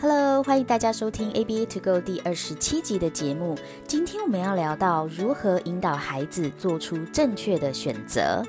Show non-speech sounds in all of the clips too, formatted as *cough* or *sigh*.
Hello，欢迎大家收听 ABA To Go 第二十七集的节目。今天我们要聊到如何引导孩子做出正确的选择。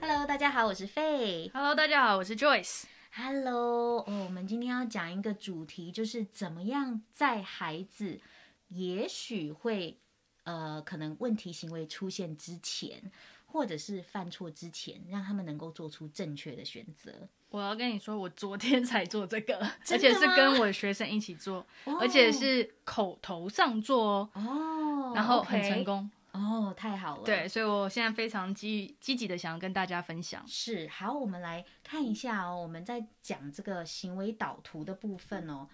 Hello，大家好，我是费。 Hello，大家好，我是 Joyce。 Hello，哦，我们今天要讲一个主题，就是怎么样在孩子也许会呃可能问题行为出现之前，或者是犯错之前，让他们能够做出正确的选择。我要跟你说，我昨天才做这 *laughs* 个，而真的且吗是跟我的学生一起做，而且是口头上做哦，哦，然后 OK 很成功。哦，太好了。对，所以我现在非常积积极的想要跟大家分享。是，好，我们来看一下哦。我们在讲这个行为导图的部分哦，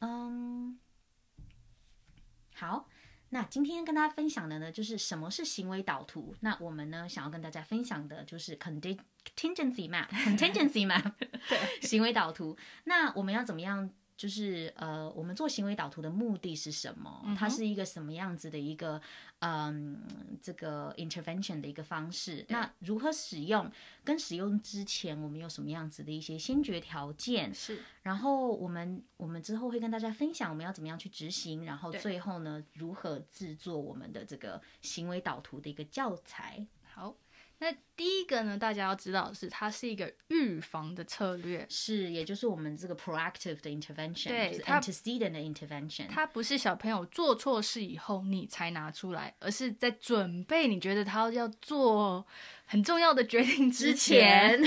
嗯，好，那今天跟大家分享的呢，就是什么是行为导图。那我们呢，想要跟大家分享的就是 condi- contingency map，contingency map，对， *laughs* 行为导图。那我们要怎么样？就是呃，我们做行为导图的目的是什么？它是一个什么样子的一个嗯，这个 intervention 的一个方式？那如何使用？跟使用之前，我们有什么样子的一些先决条件？是，然后我们我们之后会跟大家分享我们要怎么样去执行，然后对最后呢，如何制作我们的这个行为导图的一个教材。好。那第一个呢，大家要知道的是，它是一个预防的策略，是，也就是我们这个 proactive 的 intervention，对就是 a 它 n t e c e d e n t 的 intervention。它不是小朋友做错事以后你才拿出来，而是在准备你觉得他要做很重要的决定之前，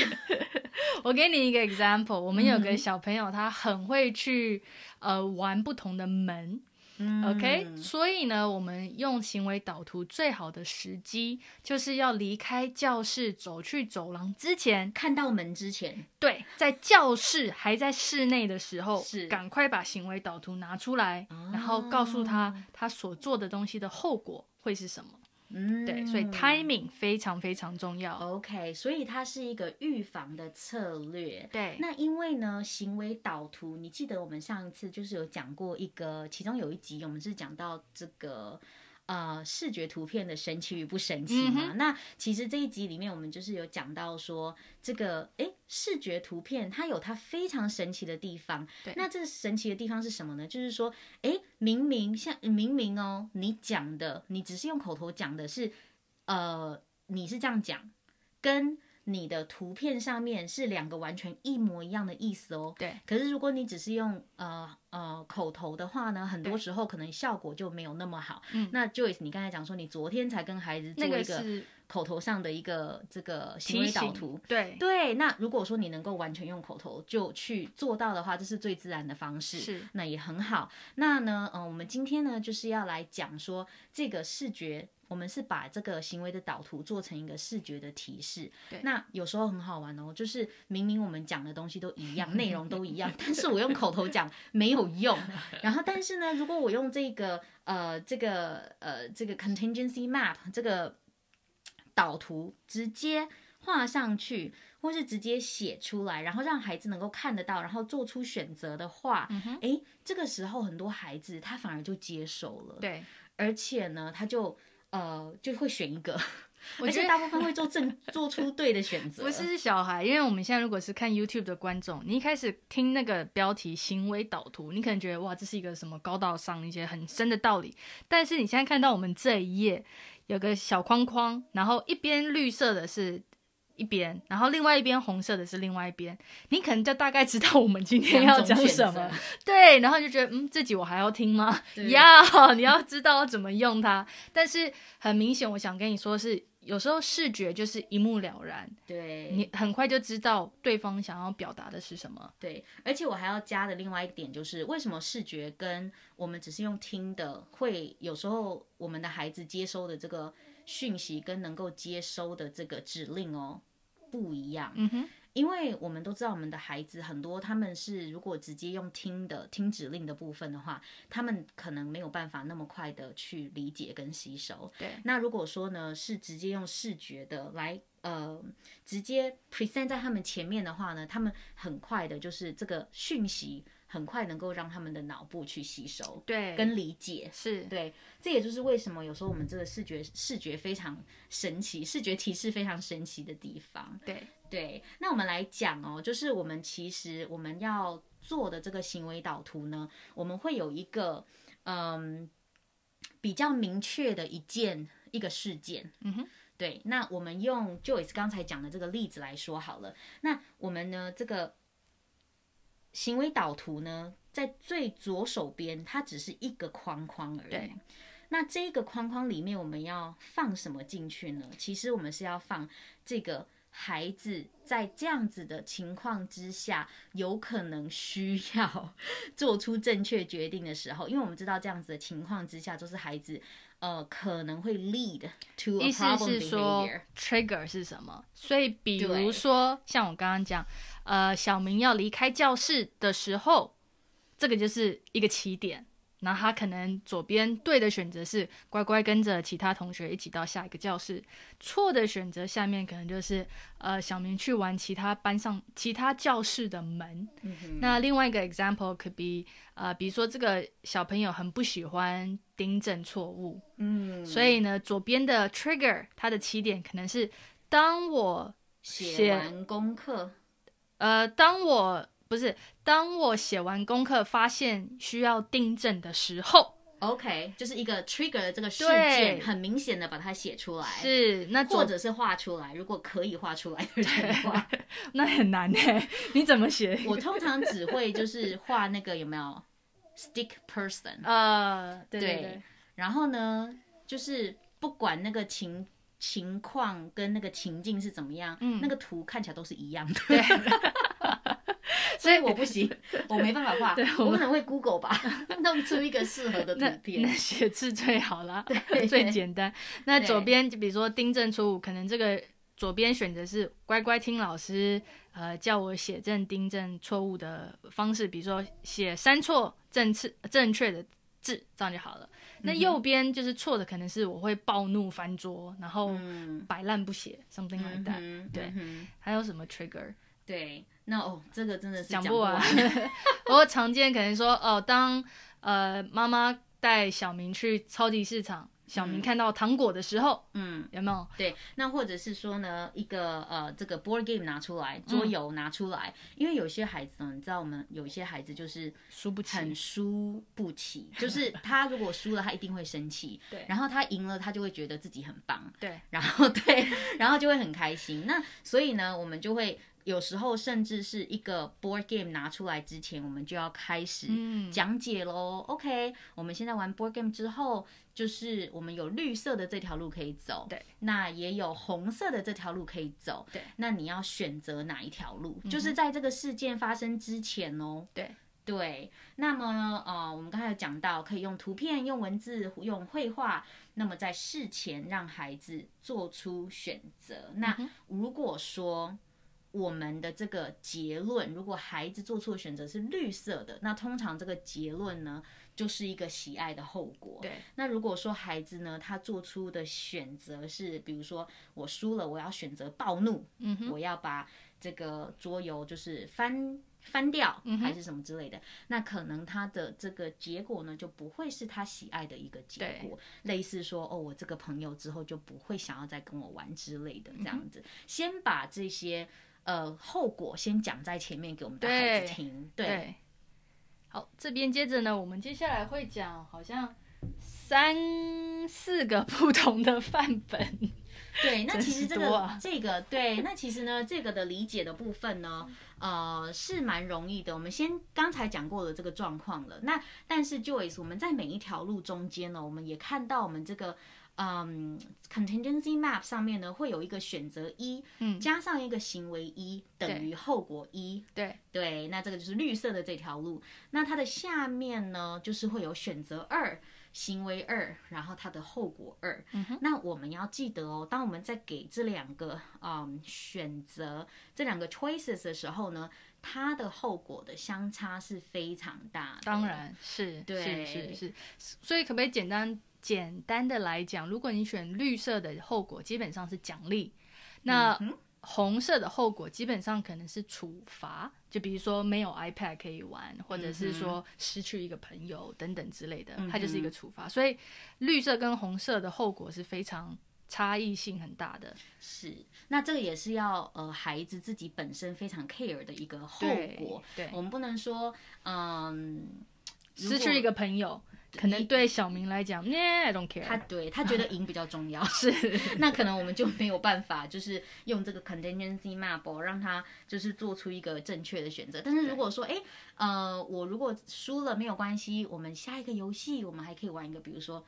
我给你一个 example，我们有嗯个小朋友，他很会去呃玩不同的门、嗯 o k 所以呢，我们用行为导图最好的时机，就是要离开教室走去走廊之前，看到门之前，对，在教室还在室内的时候，是啊赶快把行为导图拿出来，然后告诉他他所做的东西的后果会是什么。嗯，对，所以 timing 非常非常重要。哦 OK，所以它是一个预防的策略。对，那因为呢，行为导图，你记得我们上一次就是有讲过一个，其中有一集我们是讲到这个。呃，视觉图片的神奇与不神奇嗯嘛？那其实这一集里面，我们就是有讲到说，这个诶，视觉图片它有它非常神奇的地方。对那这神奇的地方是什么呢？就是说，诶，明明像明明哦，你讲的，你只是用口头讲的是，呃，你是这样讲，跟你的图片上面是两个完全一模一样的意思哦。对。可是如果你只是用呃呃口头的话呢，很多时候可能效果就没有那么好。嗯那 Joyce，你刚才讲说你昨天才跟孩子做那一个个是口头上的一个这个行提为醒导图。，对，对，那如果说你能够完全用口头就去做到的话，这是最自然的方式。是那也很好。那呢，嗯、我们今天呢就是要来讲说这个视觉，我们是把这个行为的导图做成一个视觉的提示。对那有时候很好玩哦，就是明明我们讲的东西都一 *laughs* 样，内容都一样，但是我用口头讲没有用。然后，但是呢，如果我用这个呃这个呃这个 contingency map 这个导图直接画上去，或是直接写出来，然后让孩子能够看得到，然后做出选择的话，诶，这个时候很多孩子他反而就接受了，对，而且呢，他就呃就会选一个，我而觉且得大部分会做 *laughs* 正做出对的啊选择，不是是小孩，因为我们现在如果是看 YouTube 的观众，你一开始听那个标题“行为导图”，你可能觉得哇，这是一个什么高大上一些很深的道理。但是你现在看到我们这一页有个小框框，然后一边绿色的是一边，然后另外一边红色的是另外一边，你可能就大概知道我们今天要两讲种什 *laughs* 选么择。，对，然后你就觉得，嗯，这集我还要听吗？对要，你要知道怎么用它。但是很明显，我想跟你说是，有时候视觉就是一目了然，对，你很快就知道对方想要表达的是什么。对，而且我还要加的另外一点就是，为什么视觉跟我们只是用听的，会有时候我们的孩子接收的这个讯息跟能够接收的这个指令哦不一样。嗯哼，因为我们都知道，我们的孩子很多，他们是如果直接用听的、听指令的部分的话，他们可能没有办法那么快的去理解跟吸收。对，那如果说呢是直接用视觉的来，呃，直接 present 在他们前面的话呢，他们很快的就是这个讯息。很快能够让他们的脑部去吸收对，跟理解。是对，这也就是为什么有时候我们这个视觉视觉非常神奇，视觉提示非常神奇的地方。对对，那我们来讲哦，就是我们其实我们要做的这个行为导图呢，我们会有一个嗯比较明确的一件一个事件。嗯哼，对，那我们用 Joyce 刚才讲的这个例子来说好了。那我们呢，这个行为导图呢，在最左手边，它只是一个框框而已。对那这个框框里面，我们要放什么进去呢？其实我们是要放这个孩子在这样子的情况之下，有可能需要 *laughs* 做出正确决定的时候，因为我们知道这样子的情况之下，就是孩子呃可能会 lead to a 意思 problem 是说 behavior。 trigger 是什么？所以比如对说像我刚刚讲，呃，小明要离开教室的时候，这个就是一个起点。然后他可能左边对的选择是乖乖跟着其他同学一起到下一个教室，错的选择下面可能就是呃小明去玩其他班上其他教室的门，嗯哼那另外一个 example could be，呃，比如说这个小朋友很不喜欢订正错误，嗯，所以呢，左边的 trigger 它的起点可能是当我写写完功课，呃当我不是当我写完功课发现需要订正的时候， OK，就是一个 trigger 的这个事对件，很明显的把它写出来，是那或左者是画出来，如果可以画出来的人的话，那很难哎，你怎么写？我通常只会就是画那个有没有 stick person，呃，对对对，然后呢，就是不管那个情情况跟那个情境是怎么样，嗯那个图看起来都是一样的， *laughs* 对所以我不行，我没办法画对，我我可能会 Google *laughs* 吧，弄出一个适合的那图那片，写字最好啦， *laughs* 对最简单。那对左边就比如说订正错误，可能这个左边选择是乖乖听老师呃叫我写正订正错误的方式，比如说写三错正次正确的字，这样就好了。嗯那右边就是错的，可能是我会暴怒翻桌，然后嗯，摆烂不写，something like that。嗯哼对嗯哼还有什么 trigger 对，那哦，这个真的是讲不不完？ *laughs* 然后常见可能说哦，当呃妈妈带小明去超级市场，小明嗯看到糖果的时候。嗯，有没有？对。那或者是说呢，一个呃，这个 board game 拿出来，桌嗯游拿出来，因为有些孩子呢，啊你知道我们有些孩子就是输不很输不起， *laughs* 就是他如果输了，他一定会生气，对然后他赢了，他就会觉得自己很棒，对，然后对， *laughs* 然后就会很开心。那所以呢，我们就会有时候甚至是一个 board game 拿出来之前，我们就要开始嗯讲解喽。OK，我们现在玩 board game 之后，就是我们有绿色的这条路可以走，对，那也有红色的这条路可以走，对，嗯那你要选择哪一条路？就是在这个事件发生之前哦，对。对，那么呢，呃，我们刚才有讲到，可以用图片、用文字、用绘画，那么在事前让孩子做出选择。那如果说我们的这个结论，如果孩子做出的选择是绿色的，那通常这个结论呢，就是一个喜爱的后果。对，那如果说孩子呢，他做出的选择是，比如说我输了，我要选择暴怒，嗯我要把这个桌游就是翻翻掉，嗯还是什么之类的，那可能他的这个结果呢，就不会是他喜爱的一个结果。类似说，哦，我这个朋友之后就不会想要再跟我玩之类的，嗯这样子，先把这些。呃，后果先讲在前面给我们的孩对子听，对。好，这边接着呢，我们接下来会讲好像三四个不同的范本。对，那真其是实这多个、啊这个对，那其实呢，这个的理解的部分呢，呃，是蛮容易的。我们先刚才讲过了这个状况了。那但是 Joyce，我们在每一条路中间呢，我们也看到我们这个。嗯、c o n t i n g e n c y map 上面呢会有一个选择一，嗯加上一个行为一对等于后果一，对，对，那这个就是绿色的这条路。那它的下面呢，就是会有选择二、行为二，然后它的后果二。嗯那我们要记得哦，当我们在给这两个嗯选择这两个 choices 的时候呢，它的后果的相差是非常大的。当，然是，对是是是。所以可不可以简单简单的来讲，如果你选绿色的后果，基本上是奖励。那嗯哼红色的后果基本上可能是处罚，就比如说没有 iPad 可以玩，或者是嗯说失去一个朋友等等之类的，它就是一个处罚。所以绿色跟红色的后果是非常差异性很大的。是，那这个也是要呃孩子自己本身非常 care 的一个后果。对，我们不能说，嗯，如失去一果个朋友，可能对小明来讲，n I don't 他 care。对他觉得赢比较重要，是， *laughs* 那可能我们就没有办法，就是用这个 contingency map 哦让他就是做出一个正确的选择。但是如果说，哎，呃，我如果输了没有关系，我们下一个游戏我们还可以玩一个，比如说。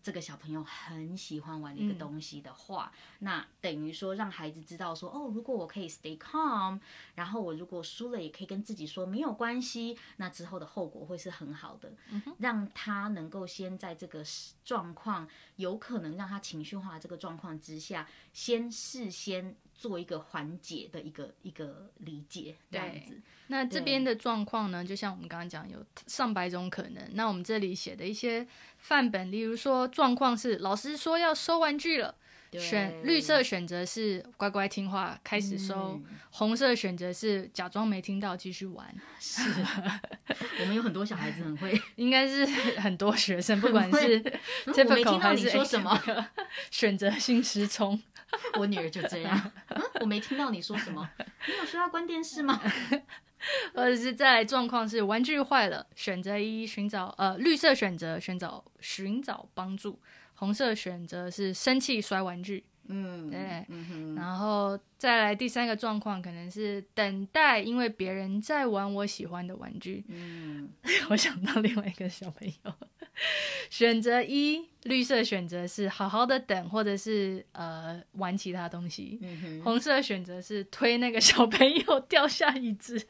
这个小朋友很喜欢玩的一个东西的话，那等于说让孩子知道说，哦，如果我可以 stay calm，然后我如果输了，也可以跟自己说没有关系，那之后的后果会是很好的，嗯让他能够先在这个状况，有可能让他情绪化的这个状况之下，先事先做一个缓解的一个一个理解，这样子，那这边的状况呢，就像我们刚刚讲，有上百种可能。那我们这里写的一些范本，例如说状况是老师说要收玩具了，选绿色选择是乖乖听话开始收，嗯红色选择是假装没听到继续玩。是， *laughs* 我们有很多小孩子很会， *laughs* 应该是很多学生，不管是嗯我没 typical 听到还你是说什么，么， *laughs* 选择性失聪。我女儿就这 *laughs* 样，嗯，我没听到你说什么，你有说要关电视吗？或者是再来状况是玩具坏了，选择一寻找呃绿色选择寻找寻找帮助，红色选择是生气摔玩具，嗯，对嗯哼，然后再来第三个状况可能是等待，因为别人在玩我喜欢的玩具。嗯，我想到另外一个小朋友， *laughs* 选择一绿色选择是好好的等，或者是呃玩其他东西。嗯哼。红色选择是推那个小朋友掉下椅子，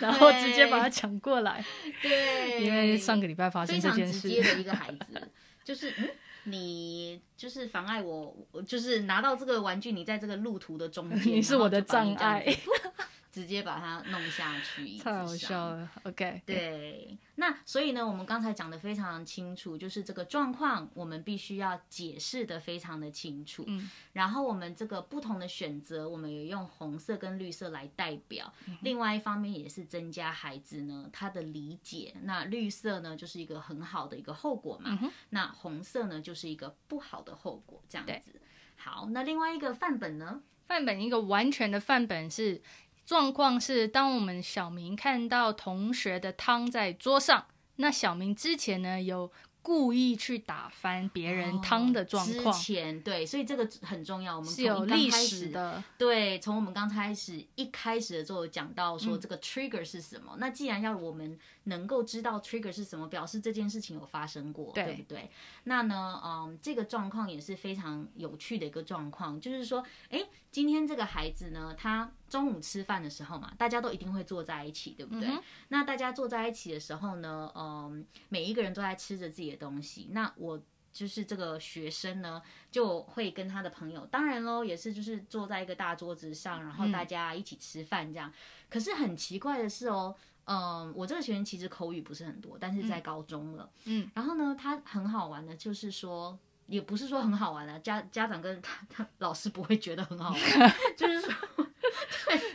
然后直接把他抢过来。对，因为上个礼拜发非生这常件直接事，的一个孩 *laughs* 子，就是嗯，你就是妨碍我，我就是拿到这个玩具，你在这个路途的中间， *laughs* 你是然后我的就把你障碍这样子， *laughs* 直接把它弄下去，太好笑了。了。OK，，对，那所以呢，我们刚才讲的非常清楚，就是这个状况，我们必须要解释的非常的清楚。嗯，然后我们这个不同的选择，我们也用红色跟绿色来代表。嗯另外一方面也是增加孩子呢他的理解。那绿色呢就是一个很好的一个后果嗯嘛，那红色呢就是一个不好的后果，这样子。好，那另外一个范本呢？范本一个完全的范本是状况是，当我们小明看到同学的汤在桌上，那小明之前呢有故意去打翻别人汤的状况，哦之前对，所以这个很重要。我们是有从刚历开史始的。对，从我们刚开始一开始的时候有讲到说这个 trigger 是什么，那既然要我们能够知道 trigger 是什么，表示这件事情有发生过，对对不对？那呢，嗯，这个状况也是非常有趣的一个状况，就是说，哎，今天这个孩子呢，他中午吃饭的时候嘛，大家都一定会坐在一起，对嗯不对？那大家坐在一起的时候呢，嗯，每一个人都在吃着自己的东西，那我。就是这个学生呢，就会跟他的朋友，当然喽，也是就是坐在一个大桌子上，然后大家一起吃饭这样。可是很奇怪的是哦，嗯，我这个学生其实口语不是很多，但是在高中了，嗯，然后呢，他很好玩的，就是说。也不是说很好玩啊，家家长跟他他老师不会觉得很好玩， *laughs* 就是说，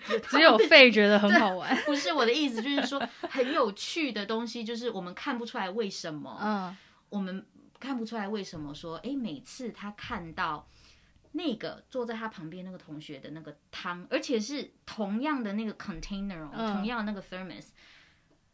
对，只有费觉得很好 *laughs* 玩，不是我的意思，就是说很有趣的东西，就是我们看不出来为什么，嗯，我们看不出来为什么说，诶，每次他看到那个坐在他旁边那个同学的那个汤，而且是同样的那个 container，、哦嗯同样的那个 thermos，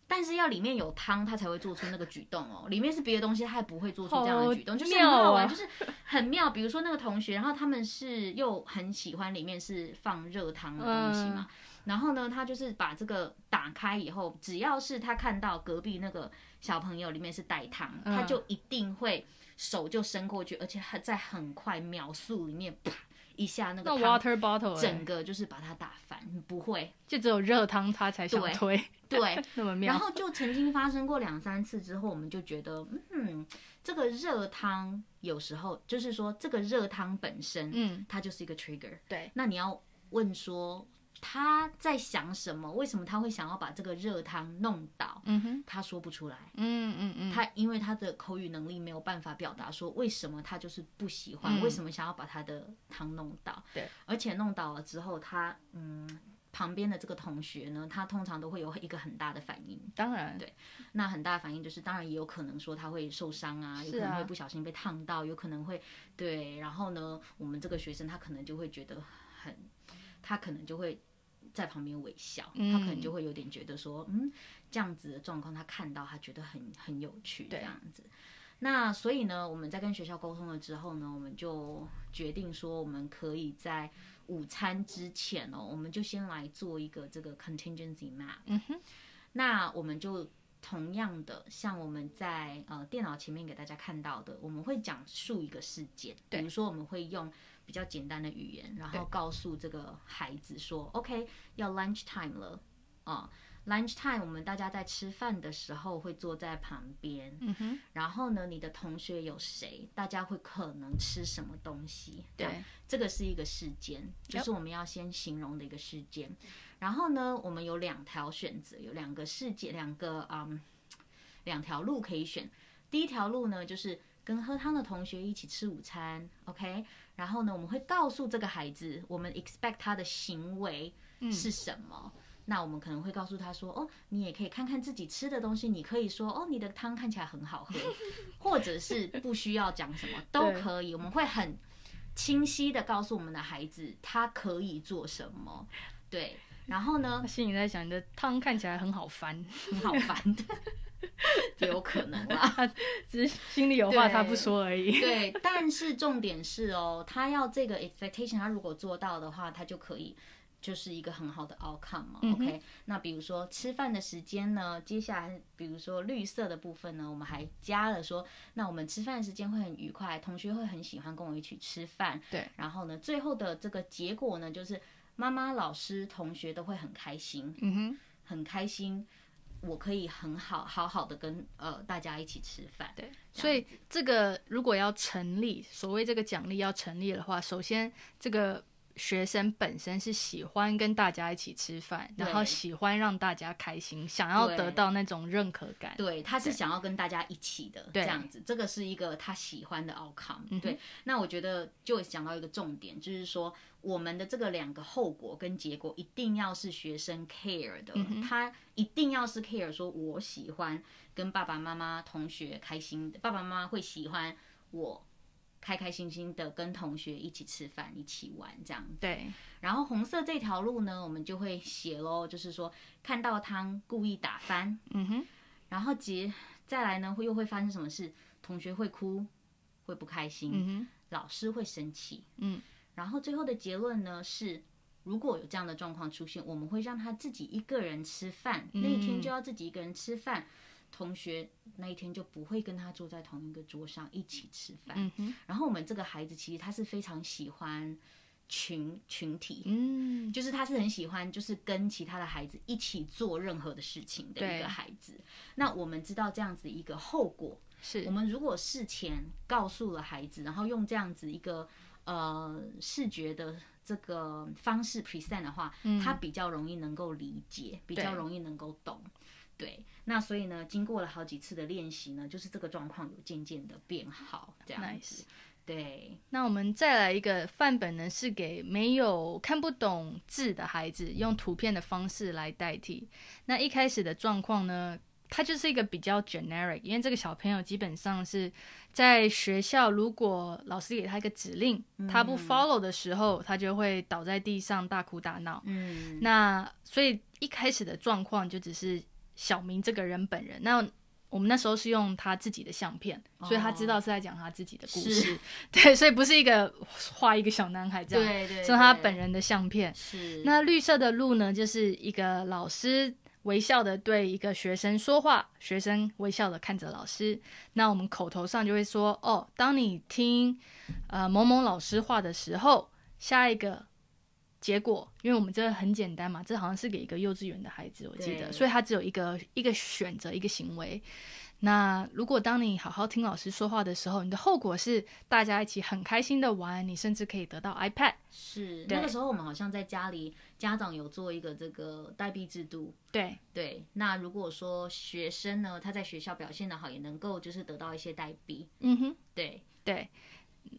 但是要里面有汤，他才会做出那个举动哦。里面是别的东西，他也不会做出这样好的举动，就是很妙好玩，啊就是很妙。比如说那个同学，然后他们是又很喜欢里面是放热汤的东嗯西嘛。然后呢，他就是把这个打开以后，只要是他看到隔壁那个小朋友里面是带汤，他就一定会手就伸过去，而且还在很快秒速里面啪一下那个那汤 water bottle 欸整个就是把它打翻，不会就只有热汤他才想对推，对。 *laughs* 那么然妙。后就曾经发生过两三次之后，我们就觉得，嗯，这个热汤有时候就是说这个热汤本身，嗯，它就是一个 trigger。对，那你要问说他在想什么？为什么他会想要把这个热汤弄倒？嗯哼，他说不出来，嗯嗯嗯，他因为他的口语能力没有办法表达说为什么他就是不喜欢，嗯为什么想要把他的汤弄倒。对，而且弄倒了之后，他嗯。旁边的这个同学呢，他通常都会有一个很大的反应。当然，对那很大的反应就是，当然也有可能说他会受伤啊，有是可能啊会不小心被烫到，有可能会对。然后呢，我们这个学生他可能就会觉得很，他可能就会在旁边微笑，他可能嗯就会有点觉得说，嗯，这样子的状况他看到他觉得很很有趣这对样子。那所以呢，我们在跟学校沟通了之后呢，我们就决定说，我们可以在午餐之前哦，我们就先来做一个这个 contingency map。嗯哼，那我们就同样的，像我们在呃电脑前面给大家看到的，我们会讲述一个事件，比对如说我们会用比较简单的语言，然后对告诉这个孩子说，OK，要 lunch time 了啊、lunch time 我们大家在吃饭的时候会坐在旁边，嗯哼，然后呢，你的同学有谁，大家会可能吃什么东西，这样对，这个是一个事件，就是我们要先形容的一个事件。然后呢，我们有两条选择，有两个事件，两个嗯，两条路可以选。第一条路呢，就是跟喝汤的同学一起吃午餐，OK。然后呢，我们会告诉这个孩子，我们 expect 他的行为是什么。那我们可能会告诉他说：“哦，你也可以看看自己吃的东西，你可以说哦，你的汤看起来很好喝，或者是不需要讲什么都对可以。”我们会很清晰的告诉我们的孩子他可以做什么，对，然后呢他，心里在想，你的汤看起来很好翻，很好烦的， *laughs* 也有可能啦，*laughs* 只是心里有话他不说而已。对，但是重点是哦，他要这个 expectation，他如果做到的话，他就可以。就是一个很好的 outcome 嘛、嗯 o 哼 k 那比如说吃饭的时间呢，接下来比如说绿色的部分呢，我们还加了说，那我们吃饭的时间会很愉快，同学会很喜欢跟我一起吃饭，对，然后呢，最后的这个结果呢，就是妈妈、老师、同学都会很开心，嗯哼，很开心。我可以很好好好的跟呃大家一起吃饭，对，所以这个如果要成立，所谓这个奖励要成立的话，首先这个学生本身是喜欢跟大家一起吃饭，对然后喜欢让大家开心，想要对得到那种认可感。对，他是想要跟大家一起的这对样子，这个是一个他喜欢的 outcome、嗯哼对，那我觉得就讲到一个重点，就是说我们的这个两个后果跟结果一定要是学生 care 的，嗯他一定要是 care 说我喜欢跟爸爸妈妈、同学开心的，爸爸妈妈会喜欢我。开开心心的跟同学一起吃饭，一起玩这样对，然后红色这条路呢，我们就会写咯，就是说看到汤故意打翻，嗯哼，然后结再来呢，会又会发生什么事？同学会哭，会不开心，嗯哼，老师会生气，嗯，然后最后的结论呢是，如果有这样的状况出现，我们会让他自己一个人吃饭，嗯那一天就要自己一个人吃饭。同学那一天就不会跟他坐在同一个桌上一起吃饭。嗯哼，然后我们这个孩子其实他是非常喜欢群群体，嗯，就是他是很喜欢，就是跟其他的孩子一起做任何的事情的一对个孩子。那我们知道这样子一个后果，是我们如果事前告诉了孩子，然后用这样子一个呃视觉的这个方式 present 的话，嗯他比较容易能够理解，比较容易能够懂。对，那所以呢，经过了好几次的练习呢，就是这个状况有渐渐的变好，这样子。 nice。对，那我们再来一个范本呢，是给没有看不懂字的孩子用图片的方式来代替。那一开始的状况呢，它就是一个比较 generic，因为这个小朋友基本上是在学校，如果老师给他一个指令，他不 follow 的时候，他就会倒在地上大哭大闹。嗯，那所以一开始的状况就只是小明这个人本人。那我们那时候是用他自己的相片，所以他知道是在讲他自己的故 *laughs* 事，对，所以不是一个画一个小男孩这样，对对，是他对本人的相片。是那绿色的路呢，就是一个老师微笑的对一个学生说话，学生微笑的看着老师。那我们口头上就会说，哦，当你听呃某某老师话的时候，下一个结果，因为我们这个很简单嘛，这好像是给一个幼稚园的孩子，我记对得，所以他只有一个一个选择一个行为。那如果当你好好听老师说话的时候，你的后果是大家一起很开心的玩，你甚至可以得到 iPad。是对那个时候我们好像在家里，家长有做一个这个代币制度。对，对，那如果说学生呢，他在学校表现的好，也能够就是得到一些代币。嗯哼，对对，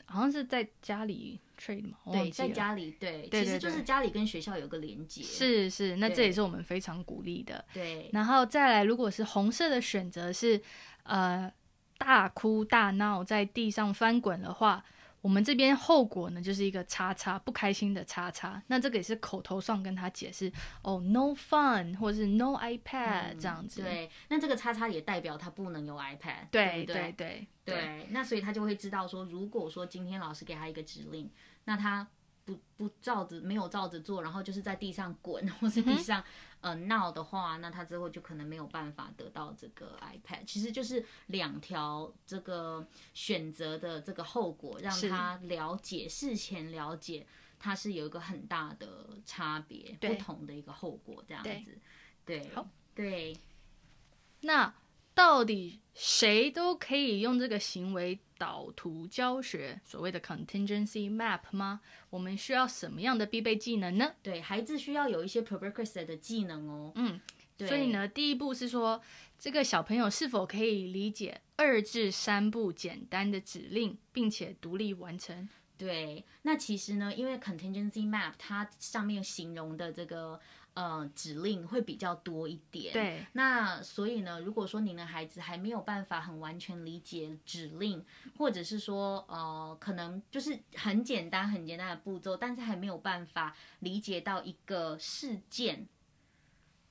好像是在家里 trade 嘛，我忘对，记在了。家里对，对其实对就是对家里跟学校有个连接。，是是，那这对也是我们非常鼓励的。对，然后再来，如果是红色的选择是，呃，大哭大闹在地上翻滚的话，我们这边后果呢就是一个叉叉，不开心的叉叉。那这个也是口头上跟他解释，哦，no fun 或是 no iPad、这样子。嗯对，那这个叉叉也代表他不能有 iPad，对不对对对对，那所以他就会知道说，如果说今天老师给他一个指令，那他不不照着没有照着做，然后就是在地上滚或是嗯地上、呃闹的话，那他之后就可能没有办法得到这个 iPad。其实就是两条这个选择的这个后果，让是他了解事前了解。它是有一个很大的差别，不对同的一个后果，这样对子，对，好对，那到底谁都可以用这个行为导图教学，所谓的 contingency map 吗？我们需要什么样的必备技能呢？对孩子需要有一些 prerequisite 的技能哦。嗯，对所以，呢，第一步是说，这个小朋友是否可以理解二至三步简单的指令，并且独立完成。对，那其实呢，因为 contingency map 它上面形容的这个呃指令会比较多一点。。对，那所以呢，如果说您的孩子还没有办法很完全理解指令，或者是说呃，可能就是很简单很简单的步骤，但是还没有办法理解到一个事件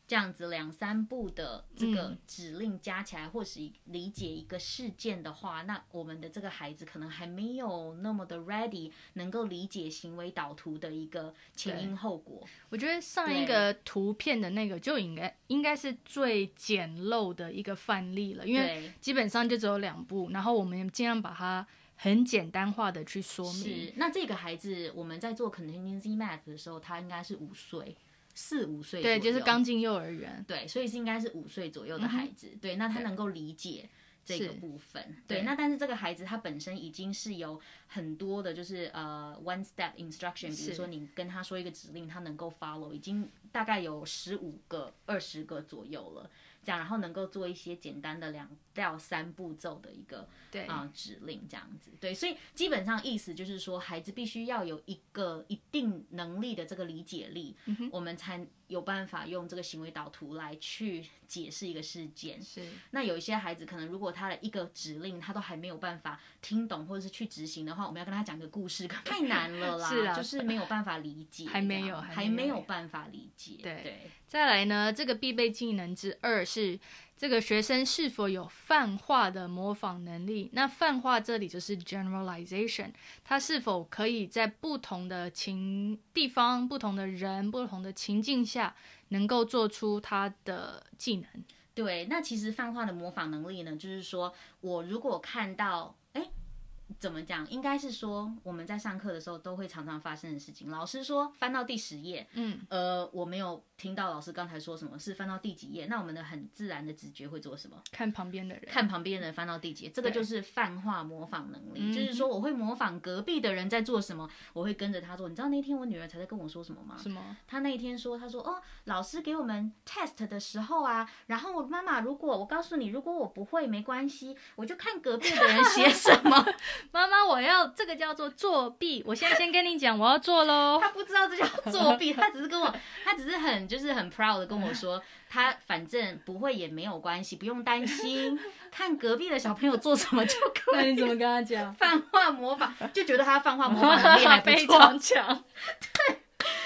这样子两三步的这个嗯指令加起来，或是理解一个事件的话，那我们的这个孩子可能还没有那么的 ready，能够理解行为导图的一个前因后果。我觉得上一个图片的那个就应该应该是最简陋的一个范例了，因为对基本上就只有两步，然后我们尽量把它很简单化的去说明。是，那这个孩子我们在做 contingency map 的时候，他应该是五岁，四五岁左右，对，就是刚进幼儿园。对，所以是应该是五岁左右的孩子，对，那他能够理解。这个是部分，对，对那但是这个孩子他本身已经是有很多的，就是呃，one step instruction，比是如说你跟他说一个指令，他能够 follow，已经大概有十五个、二十个左右了，这样，然后能够做一些简单的两到三步骤的一个对，啊、指令这样子，对，所以基本上意思就是说，孩子必须要有一个一定能力的这个理解力，我们才有办法用这个行为导图来去解释一个事件。是那有一些孩子可能，如果他的一个指令他都还没有办法听懂或者是去执行的话，我们要跟他讲一个故事，可能太难了啦，是啊 *laughs* 就是没有办法理解这样，还没有还还没没有有办法理解，对对再来呢，这个必备技能之二是这个学生是否有泛化的模仿能力。那泛化这里就是 generalization，他是否可以在不同的情地方、不同的人、不同的情境下，能够做出他的技能？对，那其实泛化的模仿能力呢，就是说我如果看到，哎，怎么讲？应该是说我们在上课的时候都会常常发生的事情。老师说翻到第十页，嗯，呃，我没有听到老师刚才说什么，是翻到第几页？那我们的很自然的直觉会做什么？看旁边的人，看旁边的人翻到第几页，这个对就是泛化模仿能嗯力，就是说我会模仿隔壁的人在做什么，我会跟着他做。你知道那天我女儿才在跟我说什么吗？什么？他那一天说，他说哦，老师给我们 test 的时候啊，然后我妈妈如果我告诉你，如果我不会没关系，我就看隔壁的人写什 *laughs* 么。妈妈，我要这个叫做作弊。我现在先跟你讲，我要做喽。他不知道这叫作弊，他只是跟我，他只是很就是很 proud 的跟我说，他反正不会也没有关系，不用担心，看隔壁的小朋友做什么就可那以。你怎么跟他 *laughs* 讲？泛化模仿就觉得他泛化模仿能力还不非错， *laughs* 常强。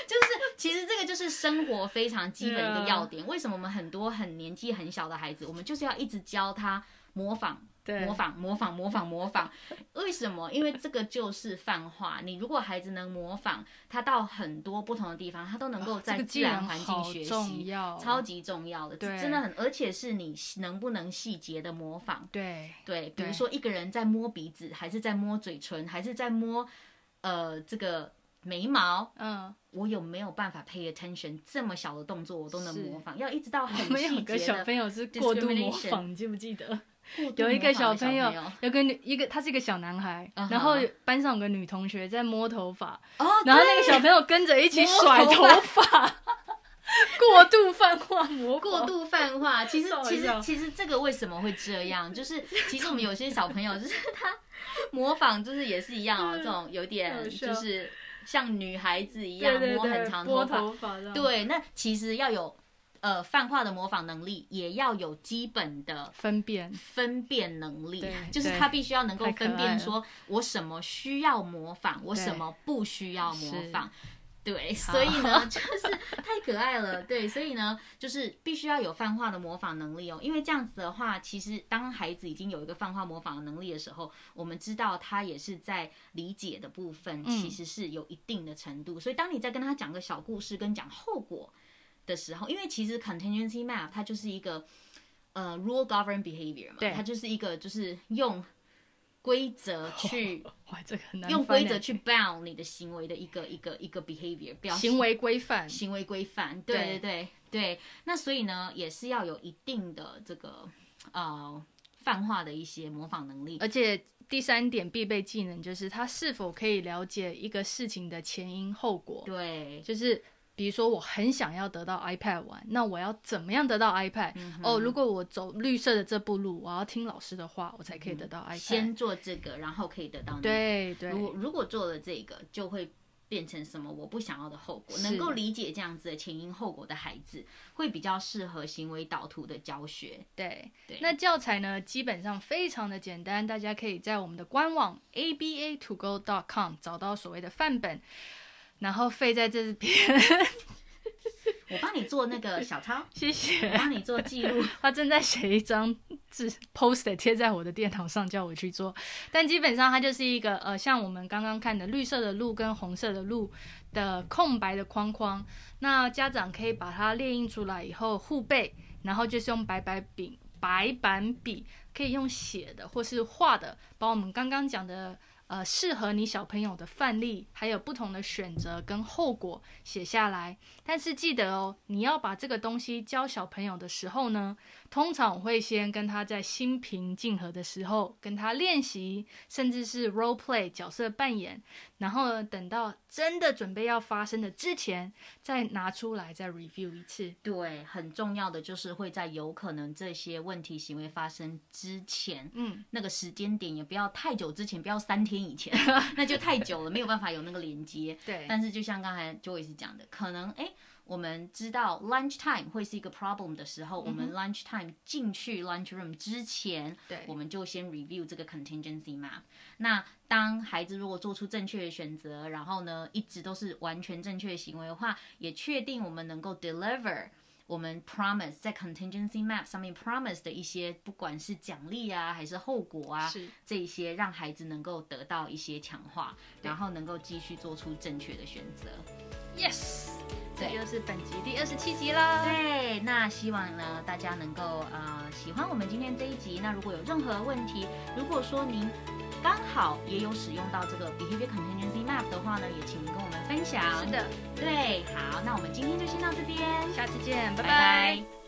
就是其实这个就是生活非常基本的一 Yeah 个要点。为什么我们很多很年纪很小的孩子，我们就是要一直教他模仿？对模仿，模仿，模仿，模仿。为什么？因为这个就是泛化。你如果孩子能模仿，他到很多不同的地方，他都能够这在个自技能然环境好学重习，要，超级重要的，对真的很，而且是你能不能细节的模仿。对对，比对如说一个人在摸鼻子，还是在摸嘴唇，还是在摸呃这个眉毛，嗯，我有没有办法 pay attention？这么小的动作我都能是模仿，要一直到我很们有细个节小的。朋友是过度模 discrimination 仿，你记不记得？过度有一模仿的个小小朋友友有个女，一个他是一个小男 *laughs* 孩啊哈然后班上有个女同学在摸头发，哦，然后对那个小朋友跟着一起甩头摸发， *laughs* 过度泛化魔过度泛化，其 *laughs* 实笑一其实笑其实这个为什么会这样？ *laughs* 就是其实我们有些小朋友就是 *laughs* 他模仿，就是也是一样哦，这种有嗯好点笑就是像女孩子一一样摸很长头发。头发这样，对，那其实要有呃泛化的模仿能力，也要有基本的分辨分辨能力对，就是对他必须要能够太可分爱辨了说我什么需要模仿，我对什么不需要模是仿。对，好所以呢， *laughs* 就是太可爱了。对，所以呢，就是必须要有泛化的模仿能力哦，因为这样子的话，其实当孩子已经有一个泛化模仿的能力的时候，我们知道他也是在理解的部分嗯其实是有一定的程度。所以当你在跟他讲个小故事跟讲后果的时候，因为其实 contingency map 它就是一个呃 rule govern behavior 嘛，对它就是一个就是用规则去、哇，这个很难用翻规则欸去 bound 你的行为的一个一个一个 behavior 表示行为规范，行为规范，对对对对对。那所以呢，也是要有一定的这个呃泛化的一些模仿能力。而且第三点必备技能就是他是否可以了解一个事情的前因后果，对，就是比如说我很想要得到 iPad 玩，那我要怎么样得到 iPad？、哦，嗯如果我走绿色的这步路，我要听老师的话，我才可以得到 iPad。嗯先做这个，然后可以得到那个对对如果如果做了这个，就会变成什么我不想要的后果。是能够理解这样子的前因后果的孩子，会比较适合行为导图的教学。对对那教材呢，基本上非常的简单，大家可以在我们的官网 aba to go dot com 找到所谓的范本，然后费在这边， *laughs* 我帮你做那个小抄，谢我谢。帮你做记录。 *laughs* 他正在写一张字 post 贴在我的电脑上，叫我去做。但基本上它就是一个呃，像我们刚刚看的绿色的路跟红色的路的空白的框框，那家长可以把它列印出来以后互背，然后就是用白板笔、白板笔可以用写的或是画的，把我们刚刚讲的。呃，适合你小朋友的范例，还有不同的选择跟后果写下来。但是记得哦，你要把这个东西教小朋友的时候呢，通常我会先跟他在心平静和的时候跟他练习，甚至是 role play 角色扮演，然后呢，等到真的准备要发生的之前，再拿出来再 review 一次。对，很重要的就是会在有可能这些问题行为发生之前。嗯，那个时间点也不要太久之前，不要三天以前， *laughs* 那就太久了，没有办法有那个连接。对，但是就像刚才 Joyce 讲的，可能诶，我们知道 lunch time 会是一个 problem 的时候，我们 lunch time 进去 lunch room 之前，对我们就先 review 这个 contingency map。那当孩子如果做出正确的选择，然后呢一直都是完全正确的行为的话，也确定我们能够 deliver。我们 promise 在 contingency map 上面 promise 的一些，不管是奖励啊，还是后果啊，是这一些让孩子能够得到一些强化，然后能够继续做出正确的选择。 yes，这对就是本集第二十七集啦。对，那希望呢大家能够呃喜欢我们今天这一集。那如果有任何问题，如果说您刚好也有使用到这个 behavior contingency map 的话呢，也请您跟我们分享。是，的，对，好，那我们今天就先到这边，下次见，拜拜拜